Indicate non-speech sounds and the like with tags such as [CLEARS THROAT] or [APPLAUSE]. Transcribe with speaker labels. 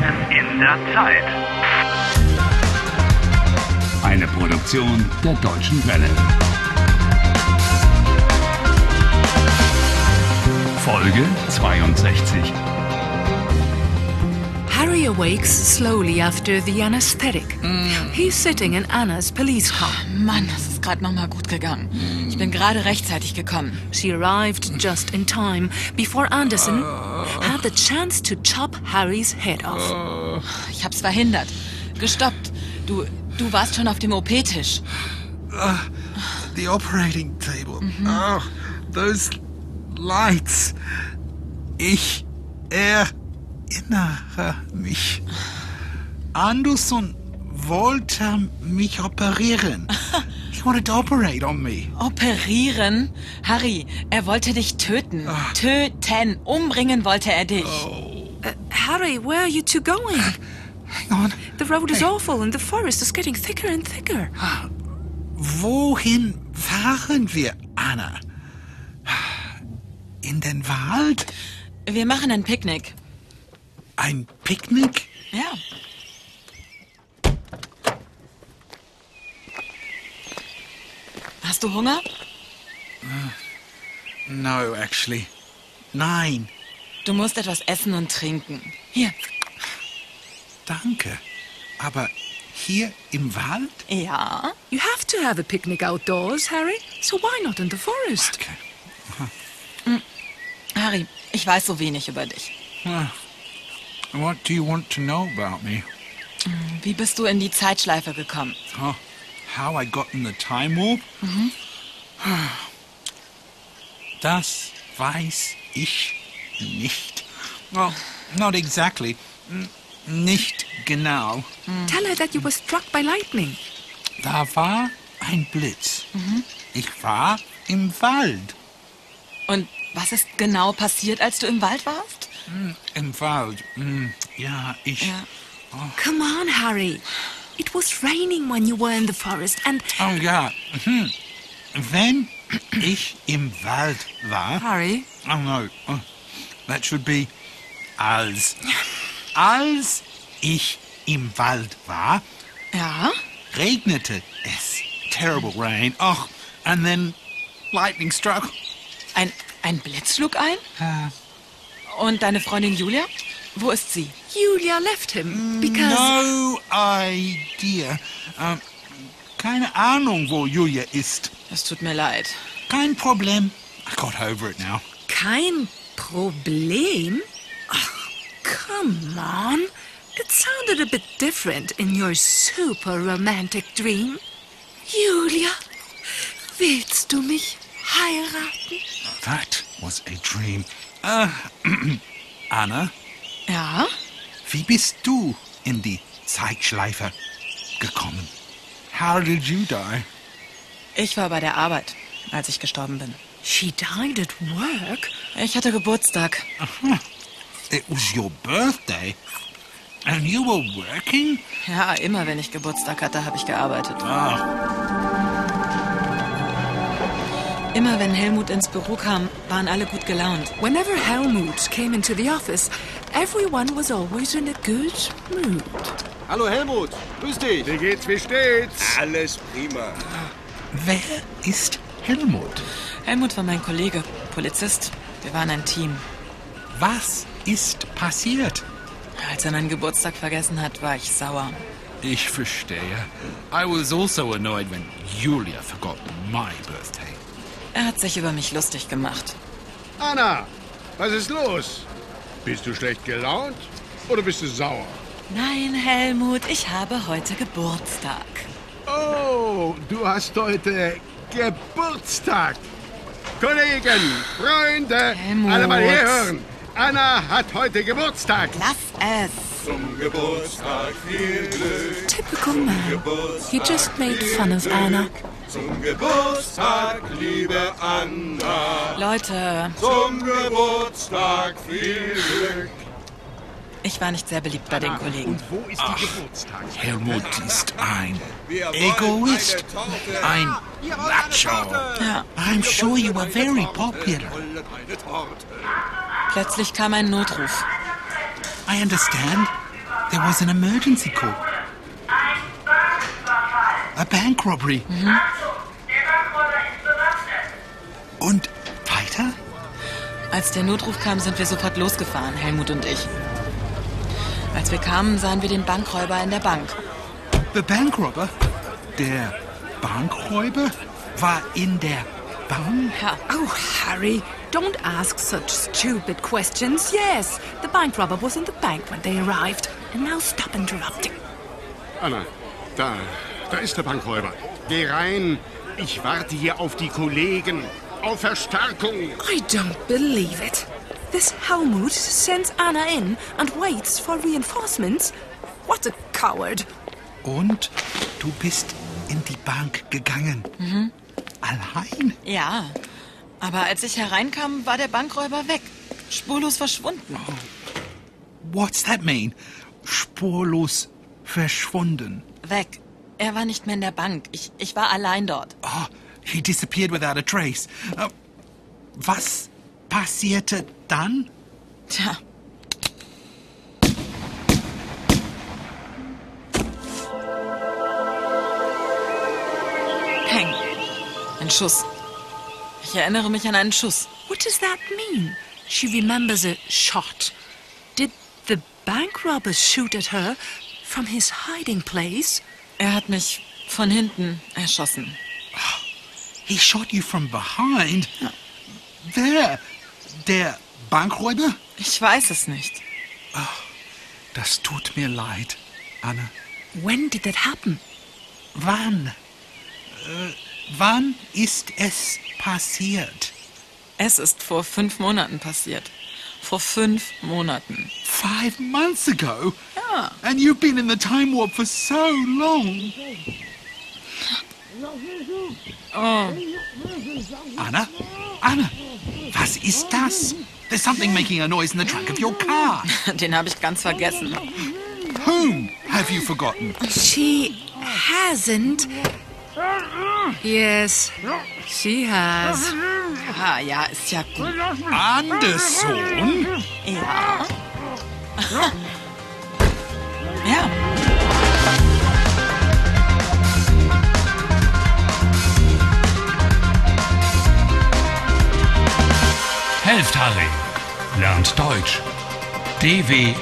Speaker 1: der Zeit.
Speaker 2: Eine Produktion der Deutschen Welle. Folge 62.
Speaker 3: Harry awakes slowly after the anesthetic. He's sitting in Anna's police car.
Speaker 4: Mann, das ist gerade noch mal gut gegangen. Ich bin gerade rechtzeitig gekommen.
Speaker 3: She arrived just in time before Anderson had the chance to chop Harry's head off.
Speaker 4: Ich hab's verhindert. Gestoppt. Du, du warst schon auf dem OP-Tisch.
Speaker 5: The operating table. Oh, those lights. Ich erinnere mich. Anderson wollte mich operieren. He wanted to operate on me.
Speaker 4: Operieren? Harry, er wollte dich töten. Töten. Umbringen wollte er dich.
Speaker 3: Uh, Harry, where are you two going?
Speaker 5: Hang on.
Speaker 3: The road is awful and the forest is getting thicker and thicker.
Speaker 5: Wohin fahren wir, Anna? In den Wald?
Speaker 4: Wir machen ein Picknick.
Speaker 5: Ein Picknick?
Speaker 4: Ja. Hast du Hunger?
Speaker 5: No, actually. Nein,
Speaker 4: Du musst etwas essen und trinken. Hier.
Speaker 5: danke. Aber hier im Wald?
Speaker 4: Ja.
Speaker 3: You have to have a picnic outdoors, Harry, so why not in the forest?
Speaker 5: Okay.
Speaker 4: Harry, ich weiß so wenig über dich.
Speaker 5: Ah. What do you want to know about me?
Speaker 4: Wie bist du in die Zeitschleife gekommen?
Speaker 5: Huh? How I got in the time warp? [SIGHS] Das weiß ich nicht. Well, not exactly. N- Nicht genau.
Speaker 3: Tell her that you were struck by lightning.
Speaker 5: Da war ein Blitz. Ich war im Wald.
Speaker 4: Und was ist genau passiert, als du im Wald warst?
Speaker 5: Im Wald. Hm, Ja, ich.
Speaker 4: Ja.
Speaker 3: Come on, Harry. It was raining when you were in the forest and
Speaker 5: Oh ja. Hm. Wenn [CLEARS THROAT] ich im Wald war.
Speaker 3: Harry,
Speaker 5: Oh no. Oh, that should be als. Als ich im Wald war,
Speaker 4: Ja?
Speaker 5: regnete es. Terrible rain. Oh, and then lightning struck.
Speaker 4: Ein, ein Blitz schlug ein?
Speaker 5: Ah.
Speaker 4: Und deine Freundin Julia? Wo ist sie?
Speaker 3: Julia left him because
Speaker 5: No idea. Ähm, keine Ahnung, wo Julia ist.
Speaker 4: Es tut mir leid.
Speaker 5: Kein Problem. I got over it now.
Speaker 3: Kein Problem? Ach, come on. It sounded a bit different in your super romantic dream. Julia, willst du mich heiraten?
Speaker 5: That was a dream. Ah, [CLEARS THROAT] Anna,
Speaker 4: Ja?
Speaker 5: wie bist du in die Zeitschleife gekommen? How did you die?
Speaker 4: Ich war bei der Arbeit, als ich gestorben bin.
Speaker 3: She died at work.
Speaker 4: Ich hatte Geburtstag.
Speaker 5: It was your birthday. And you were working?
Speaker 4: Ja, immer wenn ich Geburtstag hatte, habe ich gearbeitet.
Speaker 5: Ah,
Speaker 4: Immer wenn Helmut ins Büro kam, waren alle gut gelaunt.
Speaker 3: Whenever Helmut came into the office, everyone was always in a good mood.
Speaker 6: Hallo Helmut, grüß dich.
Speaker 1: Wie geht's, wie steht's?
Speaker 6: Alles prima.
Speaker 5: wer ist Helmut?
Speaker 4: Helmut war mein Kollege, Polizist. Wir waren ein Team.
Speaker 5: Was ist passiert?
Speaker 4: Als er meinen Geburtstag vergessen hat, war ich sauer.
Speaker 7: Ich verstehe. I was also annoyed when Julia forgot my birthday.
Speaker 4: Er hat sich über mich lustig gemacht.
Speaker 1: Anna, was ist los? Bist du schlecht gelaunt oder bist du sauer?
Speaker 4: Nein, Helmut, ich habe heute Geburtstag.
Speaker 1: Oh, du hast heute Geburtstag. Kollegen, Freunde,
Speaker 4: Helmut.
Speaker 1: alle mal herhören. Anna hat heute Geburtstag.
Speaker 4: Lass es.
Speaker 3: Typical man. He just made fun of Anna.
Speaker 6: Zum Geburtstag, liebe Anna.
Speaker 4: Leute,
Speaker 6: Zum Geburtstag, viel Glück.
Speaker 4: ich war nicht sehr beliebt bei den Kollegen.
Speaker 1: Und wo ist die Geburtstag?
Speaker 5: Helmut ist ein
Speaker 6: Wir wollen
Speaker 5: Egoist.
Speaker 6: eine Torte.
Speaker 5: Ein
Speaker 6: Ihr wollt eine
Speaker 5: Macho.
Speaker 6: Torte.
Speaker 4: Ja,
Speaker 5: I'm sure you were very
Speaker 6: Ihr
Speaker 5: popular.
Speaker 6: wollt eine Torte.
Speaker 4: plötzlich kam ein Notruf.
Speaker 5: I understand. There was an emergency call.
Speaker 8: Ein Banküberfall.
Speaker 5: A bank robbery.
Speaker 8: Achtung, der Bankräuber ist bewaffnet.
Speaker 5: Und weiter?
Speaker 4: Als der Notruf kam, sind wir sofort losgefahren, Helmut und ich. Als wir kamen, sahen wir den Bankräuber in der Bank.
Speaker 5: The bank robber? Der Bankräuber war in der Bank?
Speaker 4: Ja,
Speaker 3: Oh, Harry, don't ask such stupid questions. Yes, the bank robber was in the bank when they arrived. And now stop interrupting.
Speaker 1: Anna, da, da ist der Bankräuber. Geh rein. Ich warte hier auf die Kollegen. Auf Verstärkung.
Speaker 3: I don't believe it. This Helmut sends Anna in and waits for reinforcements? What a coward.
Speaker 5: Und du bist in die Bank gegangen. Allein?
Speaker 4: ja. Aber als ich hereinkam, war der Bankräuber weg. Spurlos verschwunden.
Speaker 5: What's that mean? Spurlos verschwunden.
Speaker 4: Weg. Er war nicht mehr in der Bank. Ich, ich war allein dort.
Speaker 5: Oh, he disappeared without a trace. Äh, was passierte dann?
Speaker 4: Tja. Peng. Ein Schuss. Ich erinnere mich an einen Schuss.
Speaker 3: What does that mean? She remembers a shot. Did the bank robber shoot at her from his hiding place?
Speaker 4: Er hat mich von hinten erschossen.
Speaker 5: He shot you from behind. There. Der Bankräuber?
Speaker 4: Ich weiß es nicht.
Speaker 5: Das tut mir leid, Anne.
Speaker 3: When did that happen?
Speaker 5: Wann? Äh, wann ist es passiert?
Speaker 4: Es ist vor fünf Monaten passiert. Vor fünf Monaten.
Speaker 5: Five months ago?
Speaker 4: Ja.
Speaker 5: And you've been in the time warp for so long. Anna? Anna? Was ist das? There's something making a noise in the trunk of your car.
Speaker 4: Den habe ich ganz vergessen.
Speaker 5: Whom have you forgotten?
Speaker 3: She hasn't. Yes, she has.
Speaker 4: Ah, ja, ist ja gut.
Speaker 5: Anderson?
Speaker 4: Ja. [LAUGHS] ja.
Speaker 2: Helft Harry. Lernt Deutsch. dw.com/harry.